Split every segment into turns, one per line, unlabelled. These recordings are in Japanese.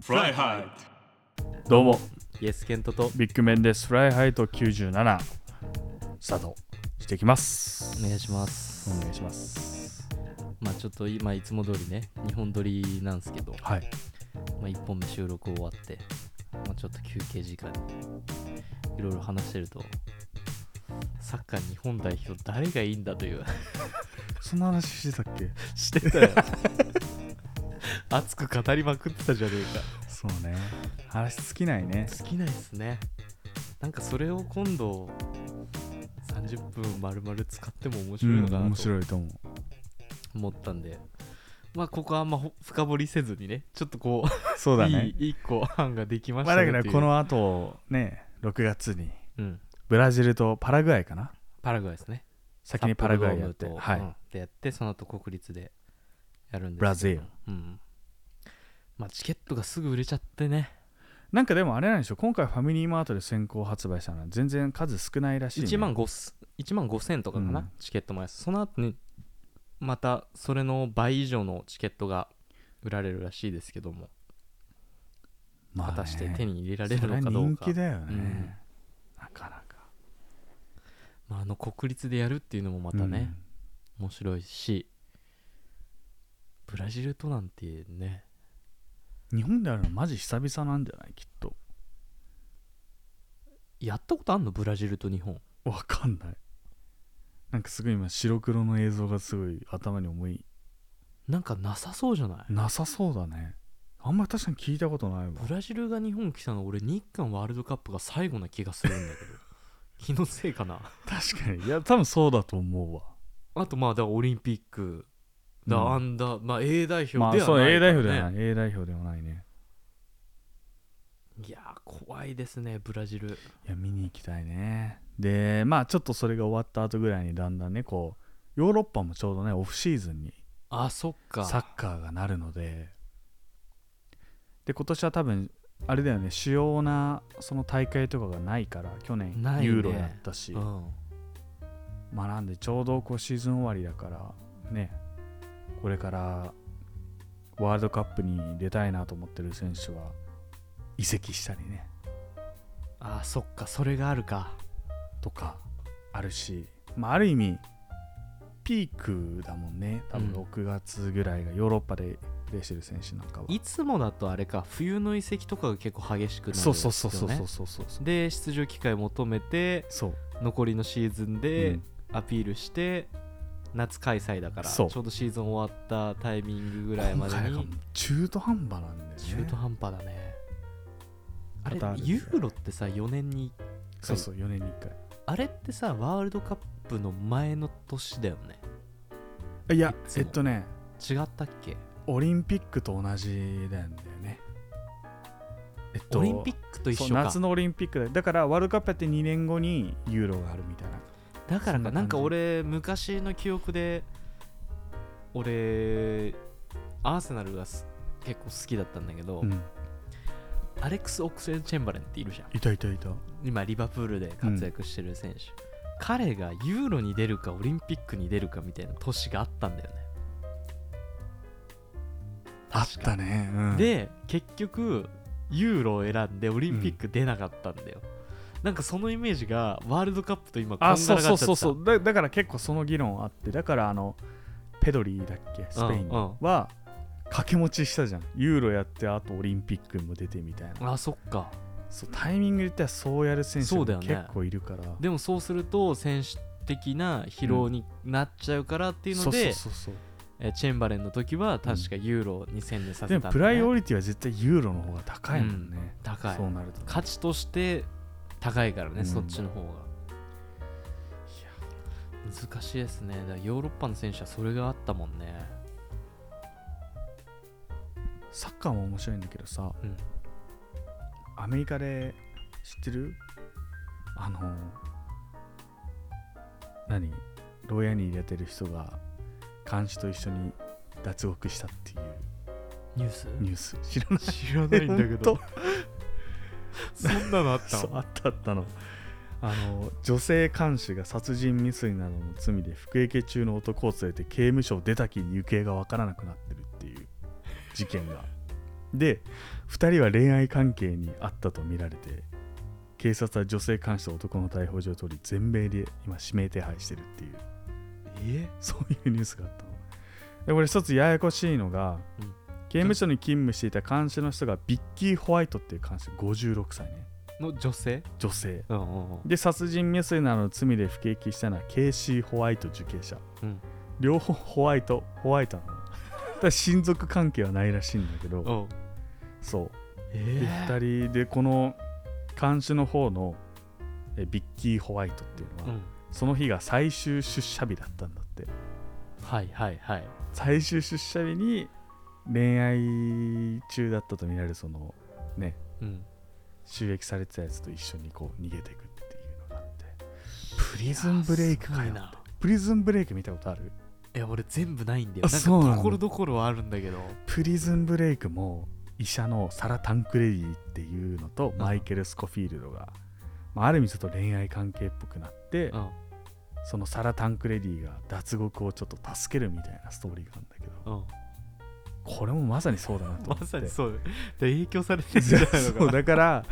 フライハイ
どうも、
イエスケントと
ビッグメンです。フライハイト97、スタートしていきます。
お願いします。
お願いします。
まあちょっと今いつも通りね、日本撮りなんですけど、
はい。
まあ、1本目収録終わって、まあ、ちょっと休憩時間にいろいろ話してると、サッカー日本代表誰がいいんだという、
そんな話してたっけ
してたよ。熱く語りまくってたじゃね
そうね。話尽きないね
え。か。好きないですね。なんかそれを今度、30分丸々使っても面
う
白い
ん、
のかな
面
と
白いと思う。
思ったんで、まあここはあんまほ深掘りせずにね、ちょっとこう、
そうだね。
いい一個案ができまし
まあ
たね
だから
という
こ、の後、ね、6月に
うん、
ブラジルとパラグアイかな
パラグアイですね。
先にパラグアイやって、
札幌ドームと
は
う
い
ん。でやって、その後国立でやるんですけど
ブラジル。
うん。まあ、チケットがすぐ売れちゃってね。
なんかでもあれなんでしょ今回ファミリーマートで先行発売したのは全然数少ないらしい、ね。
1万5す1万5千とかかな、
うん
チケットもやその後に、またそれの倍以上のチケットが売られるらしいですけども、
まあ
果
ね
たして手に入れられ
そ
る
れは
のかどう
人
か。
気だよね。
うん
なかなか。
まあ、あの国立でやるっていうのもまたね、面白いし、ブラジルとなんてね、
うん日本であるのマジ久々なんじゃないきっと
やったことあんのブラジルと日本
わかんないなんかすごい今白黒の映像がすごい頭に思い
なんかなさそうじゃない
なさそうだねあんまり確かに聞いたことないわ
ブラジルが日本来たの俺日韓ワールドカップが最後な気がするん だけど気のせいかな
確かにいや多分そうだと思うわ
あとまあだからオリンピックだ、
うん
アンダーまあ A 代表で
ま
はな
あ
いか
そ
ら、
う
ね
A 代表ではない A 代表ではないね
いやー怖いですねブラジル
いや見に行きたいねでまあちょっとそれが終わった後ぐらいにだんだんねこうヨーロッパもちょうどねオフシーズンに
あそっか
サッカーがなるのでで今年は多分あれだよね主要なその大会とかがないから去年
ないね
ユーロやったし、
うん
まあなんでちょうどこうシーズン終わりだからねこれからワールドカップに出たいなと思ってる選手は移籍したりね
あそっかそれがあるか
とかあるし、まあ、ある意味ピークだもんね多分
うん
6月ぐらいがヨーロッパでプレーしてる選手なんかは、
いつもだとあれか冬の移籍とかが結構激しくなるんです
そ
よ、
う
ね、
そうそうそうそうそうそう
で出場機会求めて
そう
残りのシーズンで、
うん
アピールして夏開催だからち
そ
ょ
う
うどシーズン終わったタイミングぐらいま
今
で
回が
に
中途半端なんだよね
中途半端だねあれ
またあるんです
ユ
よ
ーロってさ4年に
そうそう4年に1回
あれってさワールドカップの前の年だよね
あいや
いつ
え
も
っとね
違ったっけ
オリンピックと同じなんだよねえっと
オリンピックと一
そう
緒か
夏のオリンピックだだからワールドカップやって2年後にユーロがあるみたいな
だから
そんな感
か
じ
なんか俺昔の記憶で俺アーセナルがす結構好きだったんだけど、
うん
アレックス・オクセン・チェンバレンっているじゃん
いたいたいた
今リバプールで活躍してる選手、彼がユーロに出るかオリンピックに出るかみたいな年があったんだよね
あったね、うん、
で結局ユーロを選んでオリンピック出なかったんだよ、なんかそのイメージがワールドカップと今こんが
あ
ら
そう
が
そ
っ
う
ちゃ
そう
った
そうだだから結構その議論あってだからあのペドリだっけスペイン
うんうん
は掛け持ちしたじゃんユーロやってあとオリンピックも出てみたいな
あそっか
そうタイミングで言ったらそうやる選手
そう
が
だよね
結構いるから
でもそうすると選手的な疲労になっちゃうからっていうので、
そうそうそうそ
えチェンバレンの時は確かユーロ2000でさ
う
せ
で
たん
も
だ、ね、
プライオリティは絶対ユーロの方が高いもんね、
高い
そうなると
価値として高いからね、
うん
そっちの方が難しいですねだからヨーロッパの選手はそれがあったもんね
サッカーも面白いんだけどさ、
うん
アメリカで知ってるあの何牢屋に入れてる人が監視と一緒に脱獄したっていう
ニュース
ニュース知らない
知ら
本当
そんなのあった
そう
の
あったあったのあの女性看守が殺人未遂などの罪で服役中の男を連れて刑務所を出たきり行方が分からなくなってるっていう事件がで2人は恋愛関係にあったと見られて警察は女性監視と男の逮捕状を取り全米で今指名手配してるっていう
え
そういうニュースがあったのでこれ一つややこしいのが、
うん
刑務所に勤務していた監視の人がビッキー・ホワイトっていう監視56歳ね
の女性
女性
うんうんうん
で殺人未遂などの罪で服役したのはケイシー・ホワイト受刑者、
うん
両方ホワイトホワイトなのただ親族関係はないらしいんだけど、
うん
そう
え
で
ー
2人でこの監視の方のえビッキー・ホワイトっていうのは、
うん
その日が最終出社日だったんだって
はいはいはい
最終出社日に恋愛中だったと見られるその
うん
収益されてたやつと一緒にこう逃げていくっていうのがあってプリズンブレイクか
いやーす
よ
ごいな
プリズンブレイク見たことある
いや俺全部ないんだよ
あ
なん
そうなの
かところどころはあるんだけど
プリズンブレイクも医者のサラ・タンクレディっていうのとマイケル・スコフィールドが、まあ、ある意味ちょっと恋愛関係っぽくなって、
うん
そのサラ・タンクレディが脱獄をちょっと助けるみたいなストーリーがあるんだけど
うん
これもまさにそうだなと思って
まさにそうだで影響されてるんじゃないのか
そう
な
だから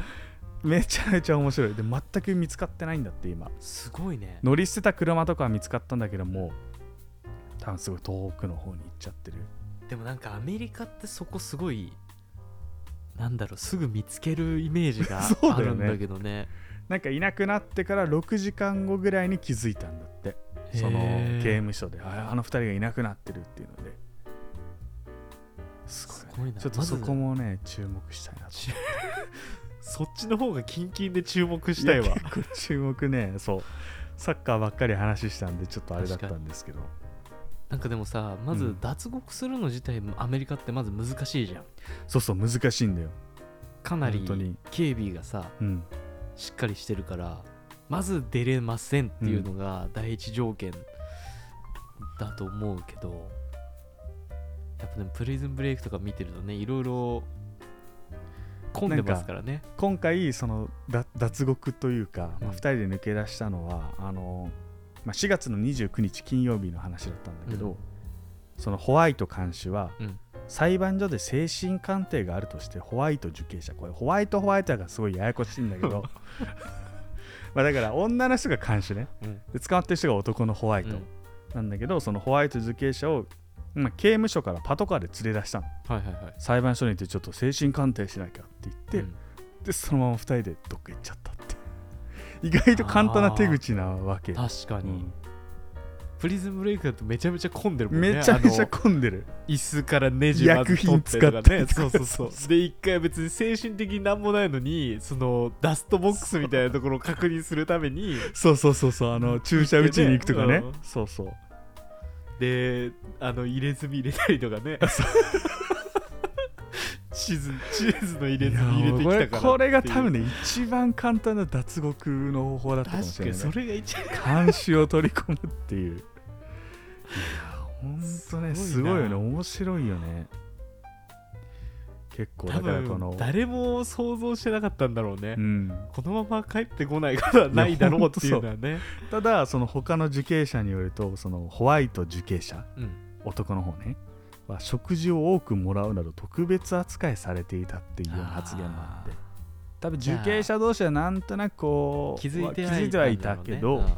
めちゃめちゃ面白いで全く見つかってないんだって今
すごいね
乗り捨てた車とかは見つかったんだけどもう多分すごい遠くの方に行っちゃってる
でもなんかアメリカってそこすごいなんだろうすぐ見つけるイメージ が
そう
あ
だよね
るんだけどね
なんかいなくなってから6時間後ぐらいに気づいたんだってその
へー
刑務所でああの2人がいなくなってるっていうのですごい,、
すごいな
ちょっと
まず
そこもね注目したいなと
ちそっちの方がキンキンで注目 したいわ
や結構注目ねそうサッカーばっかり話したんでちょっとあれだったんですけど
なんかでもさま
う
ず
ん
脱獄するの自体もアメリカってまず難しいじゃん
そうそう難しいんだよ
かなり
本当に
警備がさ
うん
しっかりしてるからまず出れませんっていうのが第一条件だと思うけど、やっぱでもプリズンブレイクとか見てるとねいろいろ混んでますからね
今回そのだ脱獄というか、ま
うん
あ、2人で抜け出したのは、あのまあ、4月の29日金曜日の話だったんだけど、
うん
そのホワイト監視は、
うん
裁判所で精神鑑定があるとしてホワイト受刑者これホワイトホワイトがすごいややこしいんだけ どまあだから女の人が監視ね
うん
で捕まってる人が男のホワイト、
うん
なんだけどそのホワイト受刑者を、まあ、刑務所からパトカーで連れ出したの
はいはいはい
裁判所に行ってちょっと精神鑑定しなきゃって言って、
うん
でそのまま2人でどっか行っちゃったって意外と簡単な手口なわけ
確かに、
うん
プリズンブレイクだとめちゃめちゃ混んでるもんね
めちゃめちゃ
あの
混んでる、
椅子からネジまず取ってと
薬
か
品使った
ね
りと
そ
か
う そうそうで一回別に精神的になんもないのにそのダストボックスみたいなところを確認するために
そうそうそうそうあの注射打ちに行くとかね、
うん
そうそう
であの入れ墨入れたりとか ねチーズチーズの入れ墨入れてきたからっていう
いやこれこれが多分ね一番簡単な脱獄の方法だったかも
確
し
か
れ
に
ない、
そ
ね、
れが一番
監視を取り込むっていういやほんとね
す
す
ご
ご
いな
よ
い
ね面白いよね結構だ
多
からこの
分誰も想像してなかったんだろうね、
うん、
このまま帰ってこないことはないだろうっていうのは ね
ただその他の受刑者によるとそのホワイト受刑者
うん
男の方ねは食事を多くもらうなど特別扱いされていたっていうような発言もあって
あー
多分受刑者同士はなんとなくこう
気づいて
気づいてはいたけど
うん
ま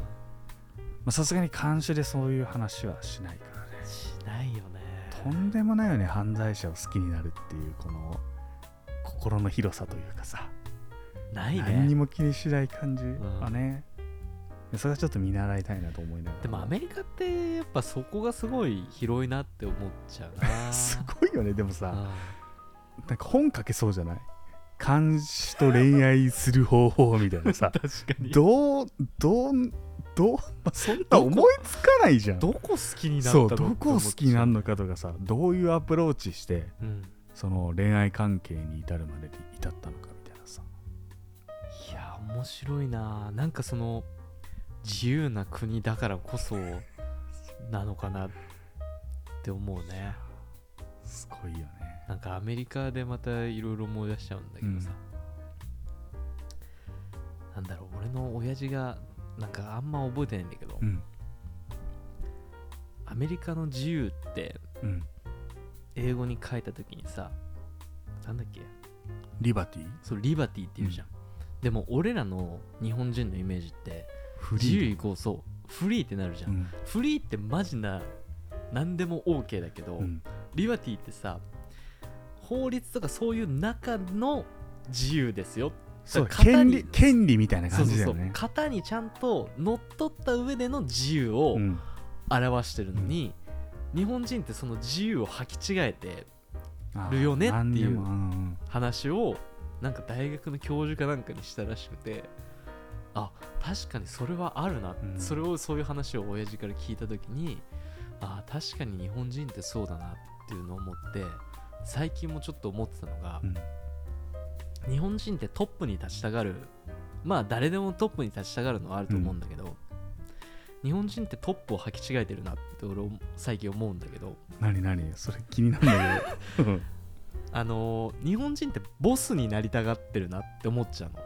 あさすがに監視でそういう話はしないからね
しないよね
とんでもないよね犯罪者を好きになるっていうこの心の広さというかさ
ないね
何にも気にしない感じ
ん
はね、それはちょっと見習いたいなと思いながら
でもアメリカってやっぱそこがすごい広いなって思っちゃう な
すごいよねでもさ、
うん
なんか本書けそうじゃない監視と恋愛する方法みたいな さ
確かに
どうどうどう、まあ、そんな思いつかないじゃん
どこ好きになった
そ
の
うどこを好きになるのかとかさどういうアプローチして
うん
その恋愛関係に至るまでに至ったのかみたいなさ
いや面白いななんかその自由な国だからこそなのかなって思うね
すごいよね
なんかアメリカでまたいろいろ思い出しちゃうんだけどさ、なんだろう俺の親父がなんかあんま覚えてないんだけど、
うん
アメリカの自由って
うん
英語に書いた時にさなんだっけ
リバティ
そうリバティっていうじゃん、でも俺らの日本人のイメージって
フ
自由
リー
イコールそうフリーってなるじゃん、
うん
フリーってマジな何でも OK だけど、
うん
リバティってさ法律とかそういう中の自由ですよ
そう
型に
権利権利みたいな
そ
感
うそう
じだ
そ
よ
う、
ね
型にちゃんと乗っ取った上での自由を
うん
表してるのに、日本人ってその自由を履き違えて
あー
るよねっていう
何でもんん
話をなんか大学の教授かなんかにしたらしくてあ確かにそれはあるな、
うん
それをそういう話を親父から聞いた時にあ確かに日本人ってそうだなっていうのを思って最近もちょっと思ってたのが
う、ん
日本人ってトップに立ちたがるまあ誰でもトップに立ちたがるのはあると思うんだけど、日本人ってトップを履き違えてるなって俺も最近思うんだけど
何何それ気になるんだけ どうん
あのー日本人ってボスになりたがってるなって思っちゃうの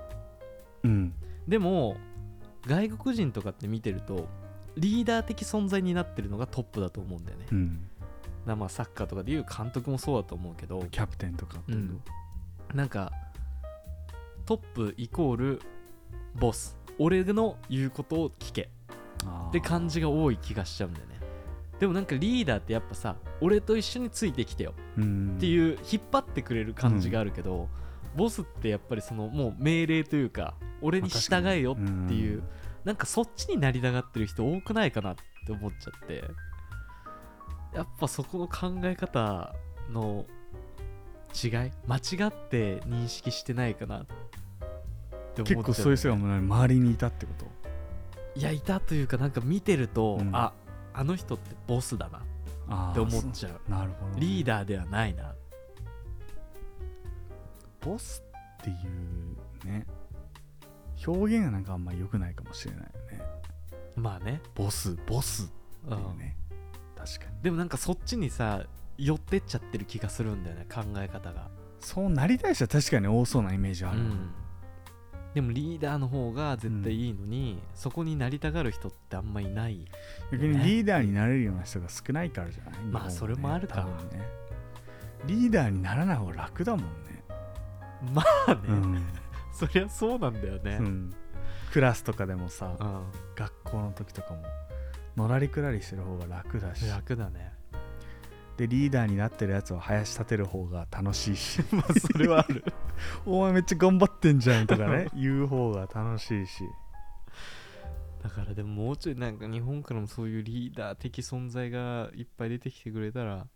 うん
でも外国人とかって見てるとリーダー的存在になってるのがトップだと思うんだよね、
う
だか
ん
らまあサッカーとかでいう監督もそうだと思うけど
キャプテンとかってこと
うんなんかトップイコールボス俺の言うことを聞け
あー
って感じが多い気がしちゃうんだよねでもなんかリーダーってやっぱさ俺と一緒についてきてよ
うん
っていう引っ張ってくれる感じがあるけど、ボスってやっぱりそのもう命令というか俺に従えよっていう、
ま
なんかそっちになりたがってる人多くないかなって思っちゃってやっぱそこの考え方の違い間違って認識してないかなって思っちゃ
結構そういう人がもう周りにいたってこと
いやいたというかなんか見てると、
うん
ああの人ってボスだな
あ
っ
ー
て思っちゃう
そうなるほどね、
リー
ダ
ダーではないな
ーボスっていうね表現がなんかあんま良くないかもしれないよね
まあね、
ボスボスって
うん
いうね、確かに
でもなんかそっちにさ寄ってっちゃってる気がするんだよね考え方が、
そうなりたい人は確かに多そうなイメージはある、
うんでもリーダーの方が絶対いいのに、そこになりたがる人ってあんまいない
逆にリーダーになれるような人が少ないからじゃない、
まあ
日本はね
それもあるか
多分ねリーダーにならない方が楽だもんね
まあね、
うん、
そりゃそうなんだよね、
う
うん
ん、クラスとかでもさ
うん、
学校の時とかものらりくらりしてる方が楽だし
楽だ ね
でリーダーになってるやつを林立てる方が楽しいし
まあそれはある
お前めっちゃ頑張ってんじゃんとかね言う方が楽しいし
だからでももうちょいなんか日本からもそういうリーダー的存在がいっぱい出てきてくれたら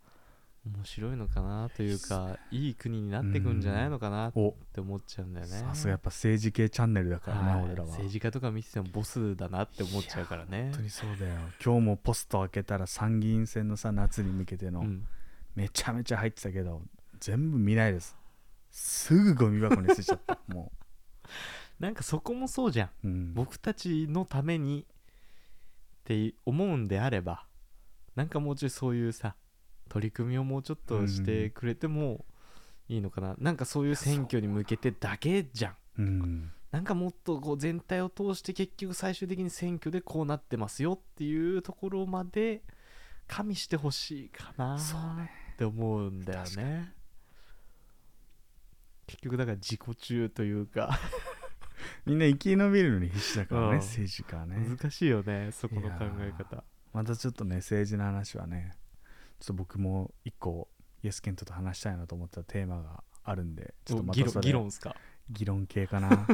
面白いのかなというかいい国になってくんじゃないのかなっ
お
て思っちゃうんだよね
さすがやっぱ政治系チャンネルだからね、
はい
俺らは
政治家とか見ててもボスだなって思っちゃうからね
本当にそうだよ今日もポスト開けたら参議院選のさ夏に向けての、
うん
めちゃめちゃ入ってたけど全部見ないですすぐゴミ箱に捨てちゃった も
なんかそこもそうじゃ
う、う
ん
ん、
僕たちのためにって思うんであればなんかもうちょいそういうさ取り組みをもうちょっとしてくれてもいいのかな、なんかそういう選挙に向けてだけじゃん
うん
なんかもっとこう全体を通して結局最終的に選挙でこうなってますよっていうところまで加味してほしいかな
そうね
って思うんだよ
確
ね結局だから自己中というか
みんな生き延びるのに必死だから
うん
ね政治家はね
難しいよねそこの
いや
考え方
またちょっとね政治の話はねちょっと僕も一個イエスケントと話したいなと思ったテーマがあるんでちょっとまた
議論
それ
議論っすか
議論系か な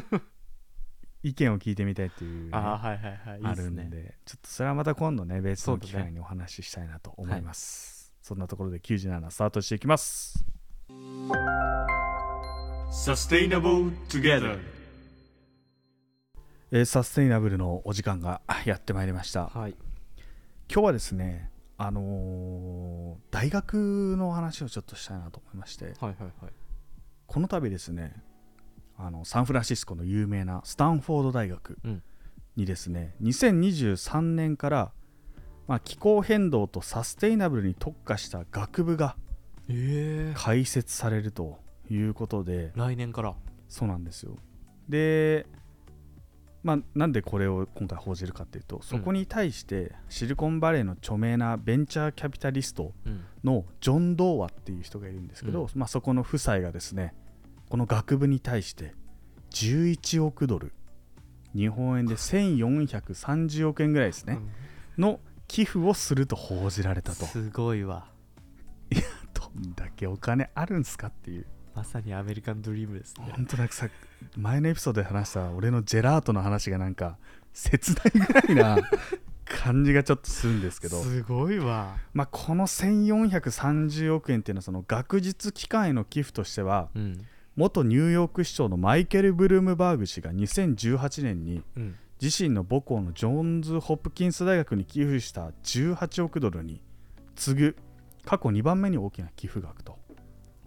意見を聞いてみたいっていうね、
ああはいはいはいいい
あ
っす
るんで
ね
ちょっとそれはまた今度ね別
そう
の
だね
機会にお話ししたいなと思いますそ,、んなところで97スタートしていきます
Sustainable together.
えーサステイナブルのお時間があやってまいりました
はい
今日はですねあのー大学のお話をちょっとしたいなと思いまして
はいはいはい
この度ですねあのサンフランシスコの有名なスタンフォード大学
うん
にですね、2023年から、まあ、気候変動とサステイナブルに特化した学部が
ええ
開設されるということで
来年から
そうなんですよで、まあ、なんでこれを今回報じるかっていうとそこに対してシリコンバレーの著名なベンチャーキャピタリスト
うん
のジョン・ドーアっていう人がいるんですけど、
うん
まあ、そこの夫妻がですねこの学部に対して11億ドル日本円で1430億円ぐらいですね、の寄付をすると報じられたと
すごいわ
どんだけお金あるんすかっていう
まさにアメリカンドリームですね
本当なんかさ前のエピソードで話した俺のジェラートの話がなんか切ないぐらいな感じがちょっとするんですけど
すごいわ
まあ、この1430億円っていうのはその学術機関への寄付としては
うん
元ニューヨーク市長のマイケル・ブルームバーグ氏が2018年に
うん
自身の母校のジョーンズ・ホプキンス大学に寄付した18億ドルに次ぐ過去2番目に大きな寄付額と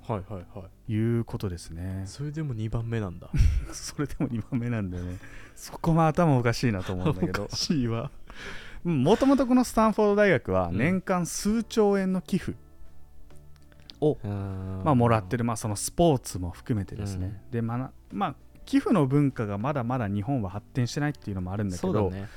はいはいは
いうことですね
いそれでも2番目なんだ
それでも2番目なんでね そこも頭おかしいなと思うんだけど
しいわ
もともとこのスタンフォード大学は
うん
年間数兆円の寄付ま
ま
あ、もらって
る
る、まあ、そのスポーツも含めてですね、で、まあなまあ、寄付の文化がまだまだ日本は発展してないっていうのもあるんだけ
そう
ど
だね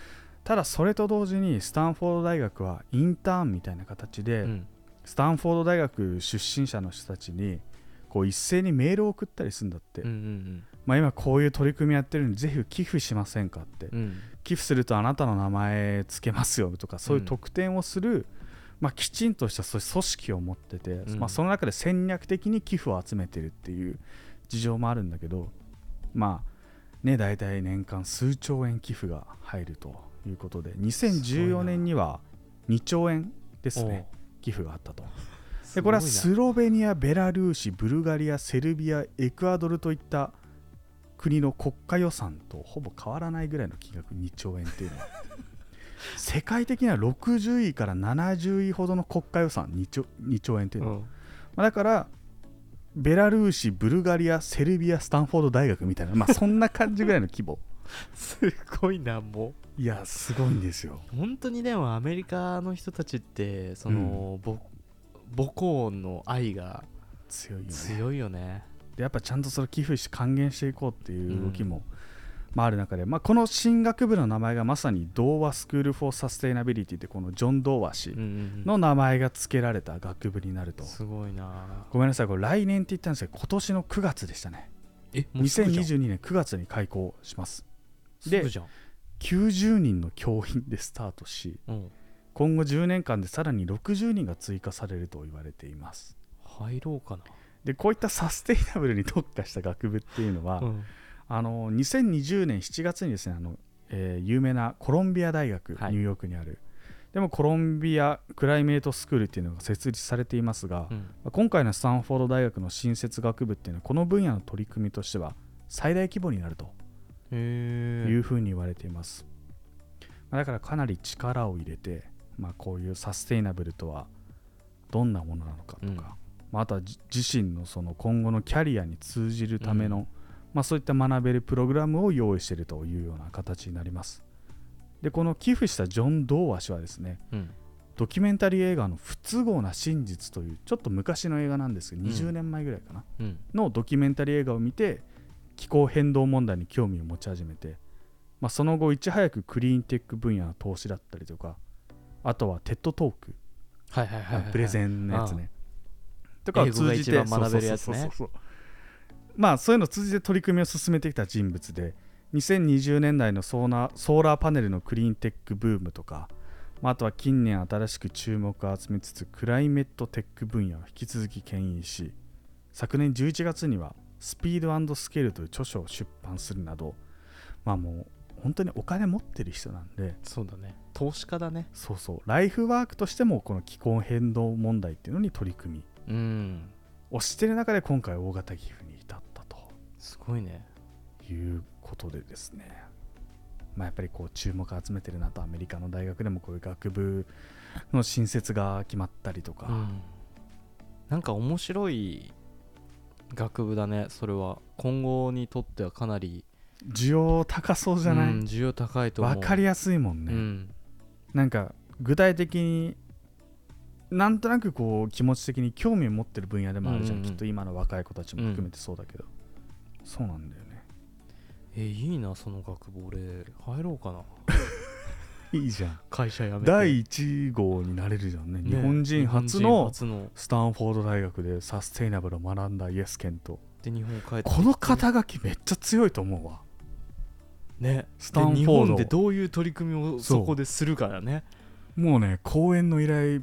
ただそれと同時にスタンフォード大学はインターンみたいな形で、
うん
スタンフォード大学出身者の人たちにこう一斉にメールを送ったりするんだって、
うんうん
まあ、今こういう取り組みやってるんでぜひ寄付しませんかって、
うんうん
寄付するとあなたの名前つけますよとかそういう特典をする、まあ、きちんとしたそういう組織を持ってて、
ん
まあ、その中で戦略的に寄付を集めてるっていう事情もあるんだけどまあね大体年間数兆円寄付が入るということで2014年には2兆円ですね寄付があったとでこれはスロベニア、ベラルーシ、ブルガリア、セルビア、エクアドルといった国の国家予算とほぼ変わらないぐらいの金額、2兆円って いうのは。世界的には60位から70位ほどの国家予算 2, 兆2兆円っていうのは、まあだからベラルーシ、ブルガリア、セルビア、スタンフォード大学みたいな、まあ、そんな感じぐらいの規模
すごいなもう
いやすごいんですよ
本当にでもアメリカの人たちってその、ぼ母校の愛が
強いよね
強いよね。
でやっぱちゃんとそれ寄付して還元していこうっていう動きも、まあ、ある中で、まあ、この進学部の名前がまさに童話スクール・フォー・サステイナビリティってこのジョン・童話氏
うんうんうん
の名前が付けられた学部になると、
すごいな。
ごめんなさいこれ来年って言ったんですけど今年の9月でしたね
え、もうすぐじゃん
2022年9月に開校します
すぐじゃん。
90人の教員でスタートし
うん、
今後10年間でさらに60人が追加されると言われています
入ろうか
でこういったサステイナブルに特化した学部っていうのは、
な。うん
あの2020年7月にですねあの、えー有名なコロンビア大学、
はい
ニューヨークにあるでもコロンビアクライメートスクールっていうのが設立されていますが、
うん
今回のスタンフォード大学の新設学部っていうのはこの分野の取り組みとしては最大規模になると
へ
い
え。
うふうに言われています、まあだからかなり力を入れて、まあ、こういうサステイナブルとはどんなものなのかとか、
うん
まあ、あとはじ自身のその今後のキャリアに通じるための、まあ、そういった学べるプログラムを用意しているというような形になりますでこの寄付したジョン・ドーア氏はですね
うん
ドキュメンタリー映画の「不都合な真実」というちょっと昔の映画なんですけど
うん
20年前ぐらいかな、
うん
のドキュメンタリー映画を見て気候変動問題に興味を持ち始めて、まあ、その後いち早くクリーンテック分野の投資だったりとかあとはテッドトーク、
はいはいはいはい。
プレゼ
ン。
ンのやつねとかを通じて
英語が一番学べるやつね
そうそうそうそうまあそういうのを通じて取り組みを進めてきた人物で2020年代のソーナソーラーパネルのクリーンテックブームとか、まあ、あとは近年新しく注目を集めつつクライメットテック分野を引き続き牽引し昨年11月には「スピードスケール」という著書を出版するなどまあもう本当にお金持ってる人なんで
そうだね。投資家だね。
そうそうライフワークとしてもこの気候変動問題っていうのに取り組み
うん。
をしてる中で今回大型寄付に至ったと
すごいね。
いうことでですね、まあ、やっぱりこう注目を集めてるなとアメリカの大学でもこういう学部の新設が決まったりとか、
うんなんか面白い学部だね。それは今後にとってはかなり
需要高そうじゃない、
うん需要高いと思う。
分かりやすいもんね、
うん
なんか具体的になんとなくこう気持ち的に興味を持ってる分野でもあるじゃん、
うんうんうん
きっと今の若い子たちも含めてそうだけど、そうなんだよね
えいいなその学部俺入ろうかない
いじゃん
会社辞めて
第1号になれるじゃんね
ね
日本人初
日
の
本人初の
スタンフォード大学でサステイナブルを学んだイエスケンと
で日本帰って
この肩書きめっちゃ強いと思うわ
ね
スタンフォード
で日本でどういう取り組みをそこでするからね
もうね講演の依頼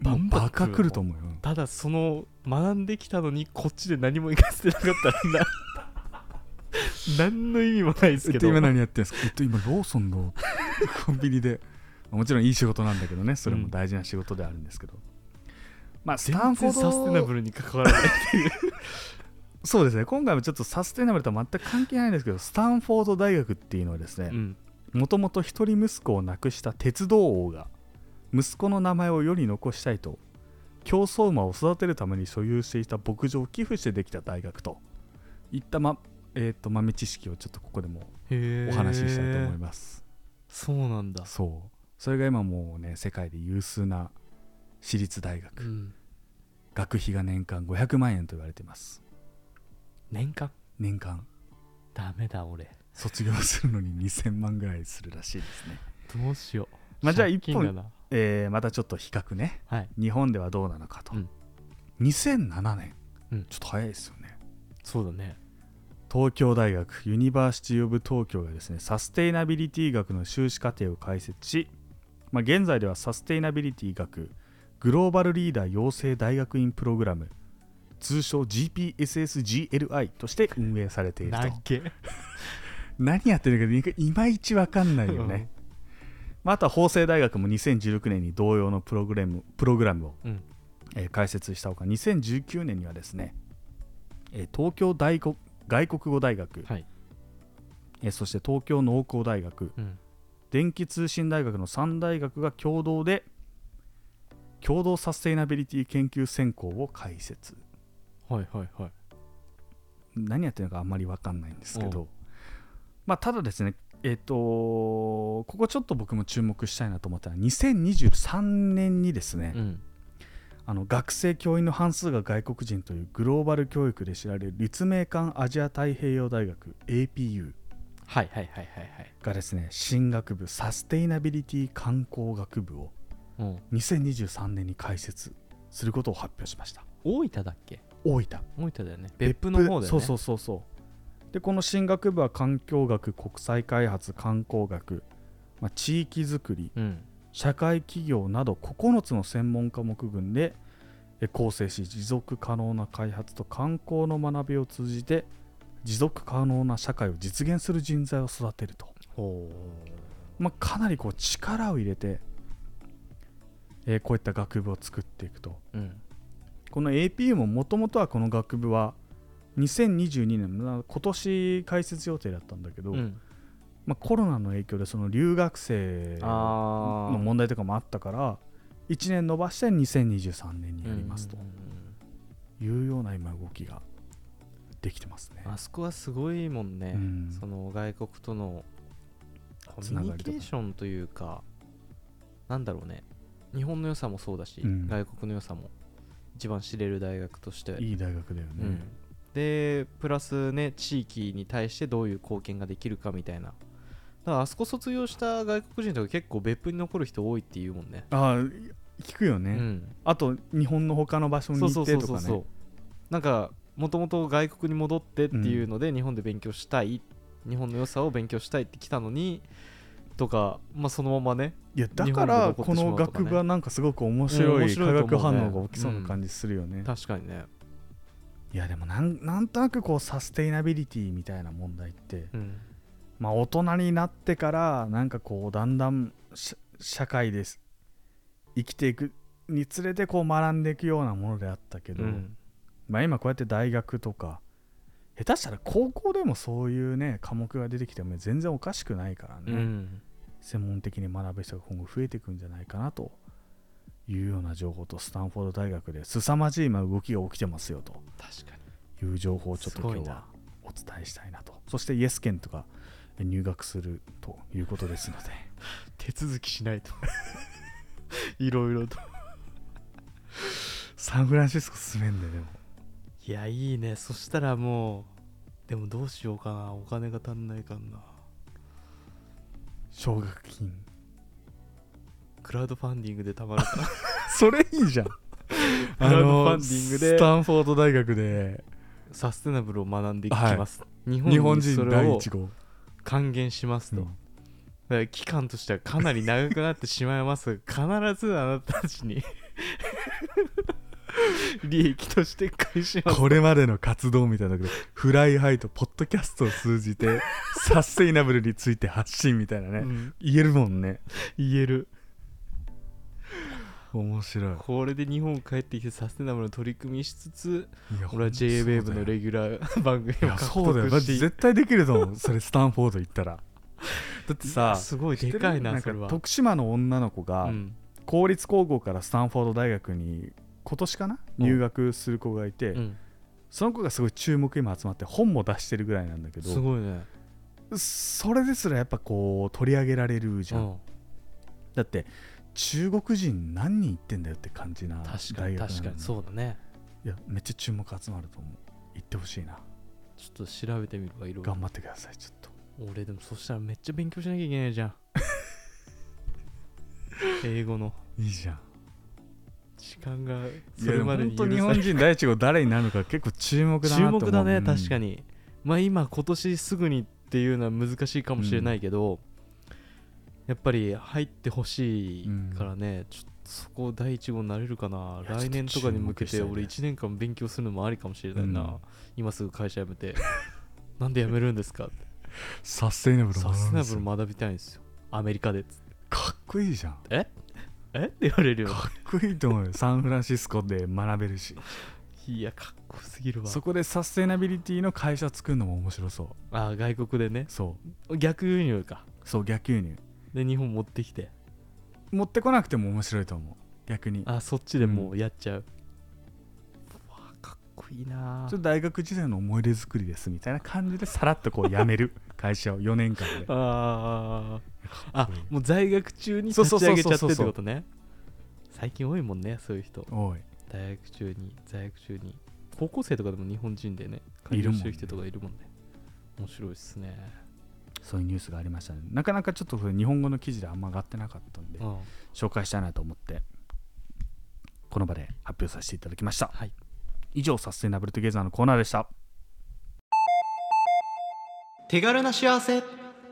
バ
も
ン
う
バン
バカくると思うよ
ただその学んできたのにこっちで何も活かせてなかったらな 何の意味もないです
え
け
っと
ど
今何やってんですかえっと今ローソン のコンビニでもちろんいい仕事なんだけどねそれも大事な仕事であるんですけど、まあスタ
全
ンフォ
然サステ
ー
ナ
ド
ブルに関わらない
そうですね今回もちょっとサステナブルとは全く関係ないんですけどスタンフォード大学っていうのはですね
ん
もともと一人息子を亡くした鉄道王が息子の名前を世に残したいと競走馬を育てるために所有していた牧場を寄付してできた大学といった、まえー、と豆知識をちょっとここでもお話ししたいと思い
す
ます、
そうなんだ、
そうそれが今もうね世界で有数な私立大学、
うん、
学費が年間500万円と言われています
年間
年間
ダメだ俺
卒業するのに2000万ぐらいするらしいですね、
どうしよう
まあじゃあ
借金
一本
がな
えーまたちょっと比較ね
はい
日本ではどうなのかと、
うん
2007年、
うん
ちょっと早いですよね
そうだね
東京大学ユニバーシティ・オブ・東京がですねサステイナビリティ学の修士課程を開設し、まあ、現在ではサステイナビリティ学グローバルリーダー養成大学院プログラム通称 GPSSGLI として運営されていると
なげ
何やってるかいまいち分かんないよ
うん
ね、まあ、あとは法政大学も2016年に同様のプログラムプログラムを
うん
えー開設したほか2019年にはですね、えー東京大国外国語大学、
はい
えーそして東京農工大学
うん
電気通信大学の3大学が共同で共同サステイナビリティ研究専攻を開設
はいはいはい
何やってるのかあんまり分かんないんですけ
お
ど、まあ、ただですねえっ、とここちょっと僕も注目したいなと思ったのは2023年にですね、
うん
あの学生教員の半数が外国人というグローバル教育で知られる立命館アジア太平洋大学 APU
はいはいはいはい
がですね進学部サステイナビリティ観光学部を
はい、うん、
2023年に開設することを発表しました
大分だっけ
大分
大分だよね別府の方だよね
そうそうそうそうでこの進学部は環境学国際開発観光学、まあ、地域づくり
うん
社会企業など9つの専門科目群でえ構成し持続可能な開発と観光の学びを通じて持続可能な社会を実現する人材を育てると、
ほ
まあ、かなりこう力を入れて、えーこういった学部を作っていくと
ううん
この APU ももともとはこの学部は2022年まあ今年開設予定だったんだけど、
うん
まあ、コロナの影響でその留学生
あ
の問題とかもあったから1年延ばして2023年にやりますと
うんうん
いうような今動きができてますね
うん。あそこはすごいもんね、
うん
その外国とのコミ
つな
ュ
が
ニ
り
ケ
とか
ーションというかなんだろうね日本の良さもそうだし、
うん
外国の良さも一番知れる大学として
いい大学だよね。
うんでプラスね地域に対してどういう貢献ができるかみたいなだからあそこ卒業した外国人とか結構別府に残る人多いっていうもんね
ああ聞くよね、
うん
あと日本の他の場所に
そ
行
うそ
っ
う
て
そう
と
そう
か
そう
ね
なんかもともと外国に戻ってっていうので、日本で勉強したい日本の良さを勉強したいって来たのにとか、まあ、そのままね
いやだから
日本で残っ
こ
てしま
の
うとかね
学部はなんかすごく面
うん
白
面
い
白い
化
と思う
学
ね
反応が起きそうな感じするよね。
確かにね、
いやでもなんなんとなくこうサステイナビリティみたいな問題って、
うん
まあ、大人になってからなんかこうだんだんし社会です生きていくにつれてこう学んでいくようなものであったけど、
うん
まあ、今こうやって大学とか下手したら高校でもそういうね科目が出てきても全然おかしくないからね、
うん
専門的に学ぶ人が今後増えていくんじゃないかなというような情報とスタンフォード大学で凄まじい今動きが起きてますよと
確かに
いう情報をちょっと今
すごい
日
な
はお伝えしたいなとそしてイエス券とかえ入学するということですので
手続きしないと いろいろと
サンフランシスコ住めんででも
いやいいねそしたらもうでもどうしようかなお金が足んないかな
奨学金
クラウドファンディングでたま るか
それいいじゃん
ラウドファンディングで
スタンフォード大学で
サステナブルを学んでいきます、日
日
本
本
にそ
人
れ
第
を
一号
還元しますと、
うん
だから期間としてはかなり長くなってしまいますが必ずあなたた ちに利益として返します
これまでの活動みたいなのだけどフライハイとポッドキャストを通じ てサステイナブルについて発信みたいなね、
うん
言えるもんね
言える
面白い
これで日本帰ってきてサステナブルの取り組みしつつ
いや
俺は JWAVE の
レ
レギュラー番組
い
を
や
獲
そうだよ
得
だって
して
絶対できると思うそれスタンフォード行ったらだってさ
すごいでかいな
知って
そ
る
れ
ん
は
か徳島の女の子が、
うん
公立高校からスタンフォード大学に今年かな
うん
入学する子がいて、
うん
その子がすごい注目今集まって本も出してるぐらいなんだけ
す
ど
ごいね
それですらやっぱこう取り上げられるじゃん、
うん
だって中国人何人行ってんだよって感じな
確か
大
に
学なの
確かにそうだね
いやめっちゃ注目集まると思う行ってほしいな
ちょっと調べてみるわいろいろ
頑張ってくださいちょっと
俺でもそしたらめっちゃ勉強しなきゃいけないじゃ ん英語の
いいじゃん
時間が
い
そ
や
れまでに
本当日
許さ
本人第一号誰になるのか結構注目だな
注
と思う
目だね
うん
確かにまあ今今年すぐにっていうのは難しいかもしれないけど、やっぱり入ってほしいからね、ちょっとそこ第一号になれるかない
や
来年とかに向け
ち
て
ょっと注目したいね
俺1年間勉強するのもありかもしれないな、
うん
今すぐ会社辞めて なんで辞めるんですかって
サステイナブル
サステナブル
も
学びたいんですよアメリカでっつって
かっこいいじゃん
ええって言われるよ
かっこいいと思うよサンフランシスコで学べる し
いやかっこよすぎるわ
そこでサステナビリティの会社作るのも面白そう
あー外国でね
そう
逆輸入か
そう逆輸入
で日本持ってきて
持ってこなくても面白いと思う逆に
あそっちでもうやっちゃう、うわかっこいいな
ちょっと大学時代の思い出作りですみたいな感じでさらっとこう辞め る会社を4年間で
あーあ
こいい
もう在学中に
そう
立
そう
ち
そ
上
う
げち
そ
ゃ
う
って
そう
ってことね最近多いもんねそういう人
おい
大学中に在学中に高校生とかでも日本人でね
いるもんね
してる人とかいるもんね面白いっすね
そういうニュースがありましたねなかなかちょっとそれ日本語の記事であんま上がってなかったんで
うん
紹介したいなと思ってこの場で発表させていただきました、
はい
以上サステナブルトゥゲザーのコーナーでした
手軽な幸せ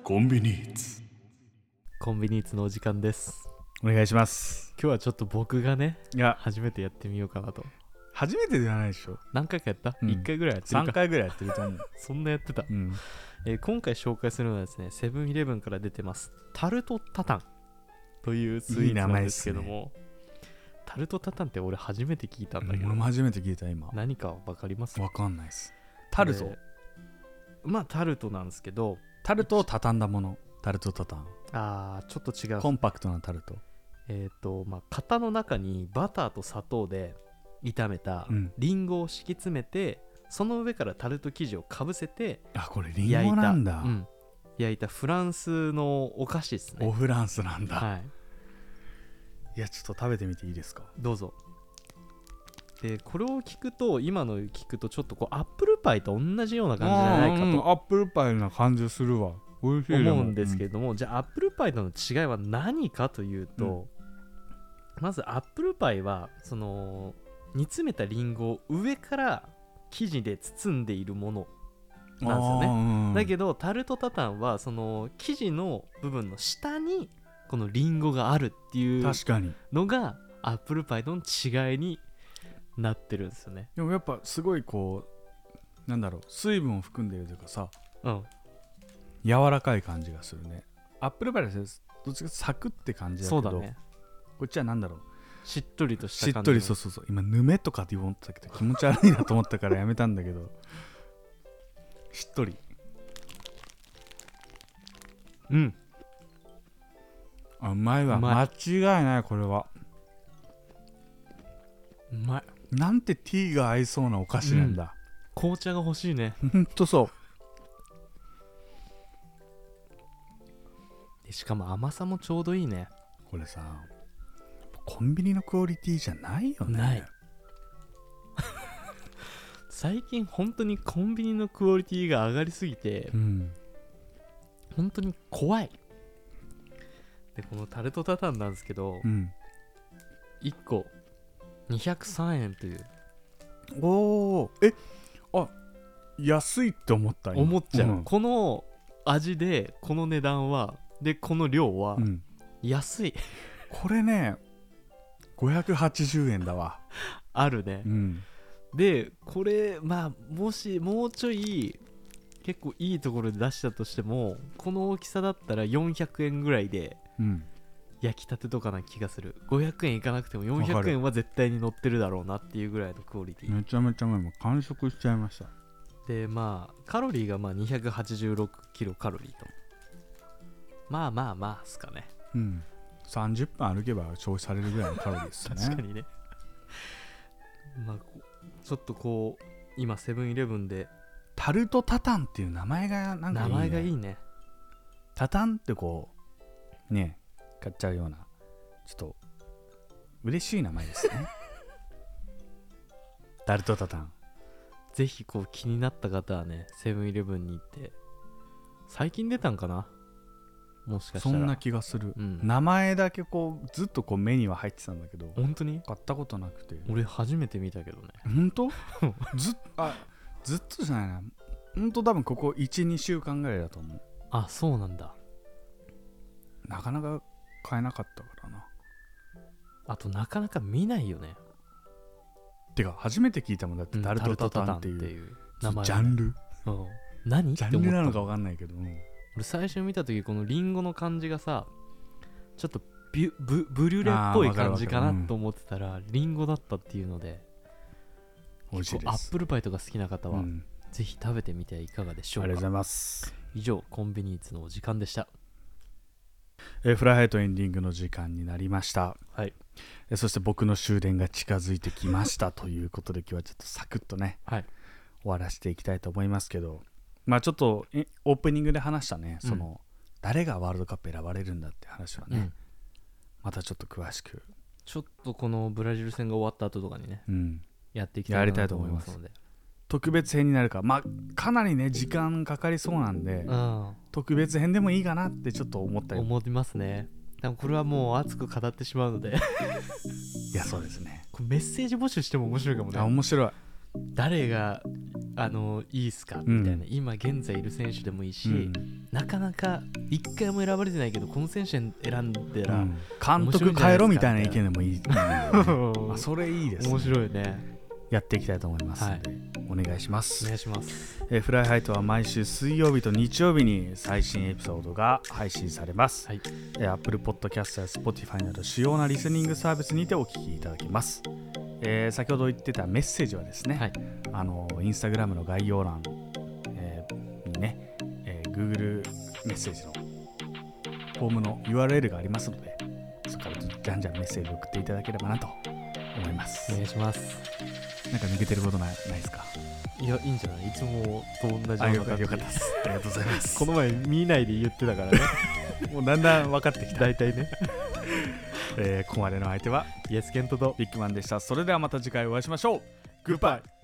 コンビニーツ
コンビニーツのお時間です
お願いします
今日はちょっと僕がね
いや
初めてやってみようかなと
初めてではないでしょ
何回かやった、
うん
一 ?1 回ぐらいやってる
3
か
回ぐらいやってると 思う、
そんなやってた
うん、
えー今回紹介するのはですねセブンイレブンから出てますタルトタタンというスイーツなんですけど
いい
もタルトタタンって俺初めて聞いたんだ
俺
けど
も初めて聞いた今
何か分かります
わかんないですタルト、
これまあタルトなんですけど
タルトを畳んだものタルト畳
あーちょっと違
む
う
コンパクトなタルト
えっ、とまあ型の中にバターと砂糖で炒めた
うん
リンゴを敷き詰めてその上からタルト生地をかぶせて
あこれリ
焼
ン
い
ゴ
た
なんだ、
うん焼いたフランスのお菓子です
オ
ね
フランスなんだ、
はい
い、やちょっと食べてみていいですか
どうぞでこれを聞くと今の聞くとちょっとこうアップルパイと同じような感じじゃないかと
アップルパイな感じするわ美味し
思うんですけれども、じゃあアップルパイとの違いは何かというと、まずアップルパイはその煮詰めたリンゴを上から生地で包んでいるものなんですよね
ね
だけどタルトタタンはその生地の部分の下にこのリンゴがあるっていう
確かに
のがアップルパイとの違いになってるんですよね
でもやっぱすごいこうなんだろう水分を含んでるというかさ
うん
柔らかい感じがするねアップルパイはどっちかというとサクって感じだけ
そ
ど
うだね
こっちはなんだろう
しっとりとし
したっ
感じ
とりそうそうそう今「ぬめ」とかって言おうとしたけど気持ち悪いなと思ったからやめたんだけどしっとり
うん
あうまいわ
うま
間違いないこれは
うまい
なんてティーが合いそうなお菓子なんだ、
紅茶が欲しいね
ほんとそう
でしかも甘さもちょうどいいね
これさコンビニのクオリティじゃないよね
ない最近本当にコンビニのクオリティが上がりすぎて
うん
本当に怖いでこのタルトタタンなんですけど
うん
1個203円という
おおえあ安いって思った今
思っちゃう、
ん
この味でこの値段はでこの量は
うん
安い
これね580円だわ、
あるね
うん、
でこれまあもしもうちょい結構いいところで出したとしてもこの大きさだったら400円ぐらいで
うん、
焼きたてとかな気がする500円いかなくて
わ
も
か
400
る
円は絶対に乗ってるだろうなっていうぐらいのクオリティ、
めちゃめちゃうまいもう完食しちゃいました
でまあカロリーがまあ286キロカロリーとまあまあまあっすかね
うん30分歩けば消費されるぐらいのカロリー ですね
確かにねまあこうちょっとこう今セブンイレブンで
タルトタタンっていう名前がなんかいい、
名
ね、
前がいいね
タタンってこうね買っちゃうようなちょっと嬉しい名前ですね タルトタタン
ぜひこう気になった方はねセブンイレブンに行って最近出たんかなもしかした
そ
ら
んな気がする、
うん
名前だけこうずっとこう目には入ってたんだけど
本当に
買ったことなくて
俺初めて見たけどね
本 当ずっあずっとじゃないな本当多分ここ12週間ぐらいだと思う
あそうなんだ
なかなか買えなかったからな
あとなかなか見ないよね
てか初めて聞いたもんだってタルトタタンっていう,、
う名前
ジャンル
うん何
ジャンルなの
って
か
思っ
分かんないけどうん
た俺最初見た時このリンゴの感じがさちょっとビュブブリュレっぽ
あー
い
わかる
感
わか
じ
る
かなと思ってたらリンゴだったっていうので
美味しい
こう
で
ア
す
ップルパイとか好きな方
う
は
ん
ぜひ食べてみてはいかがでしょ
あ
う
りがとうご
か
ざいます
以上コンビニーツのお時間でした
えーフライハイトエンディングの時間になりました、
はい
えーそして僕の終電が近づいてきました ということで今日はちょっとサクッとね、
はい
終わらせていきたいと思いますけどまあちょっとえオープニングで話したねその、誰がワールドカップ選ばれるんだって話はね、
うん
またちょっと詳しく、
ちょっとこのブラジル戦が終わった後とかにね
うん、
やっていきたい
やり
な
たいと思います
ので
特別編になるかまあかなりね時間かかりそうなんで、
うん
特別編でもいいかなってちょっと思ったり
思いますねでもこれはもう熱く語ってしま うので
いやそうですね
これメッセージ募集しても面白いかもね
あ面白い
誰があのいいっすか
うん
みたいな、今現在いる選手でもいいし、
うん
なかなか一回も選ばれてないけどこの選手選んで
う
ら、
ん監督変えろみたいな意見でもいい、
うん
あそれいいです、ね、
面白いね
やっていきたいと思いますので、お願いしま
お
す、
願いします
えーフライハイトは毎週水曜日と日曜日に最新エピソードが配信されます、
はい
えー Apple Podcast や Spotify など主要なリスニングサービスにてお聞きいただけます、えー先ほど言ってたメッセージはですね、
はい
あのインスタグラムの概要欄、えーにね、えー Google メッセージのフォームの URL がありますのでそこからじゃんじゃんメッセージを送っていただければなと思います、
お願いします
なんか抜けてることないないですか
いやいいんじゃないいつもと同じような
あよか
感じ
よかったです ありがとうございます
この前見ないで言ってたからね
もうだんだん分かってきた。
大体ね
えーここまでの相手は
イエスケントと
ビッグマンでした。それではまた次回お会いしましょう。グッバイ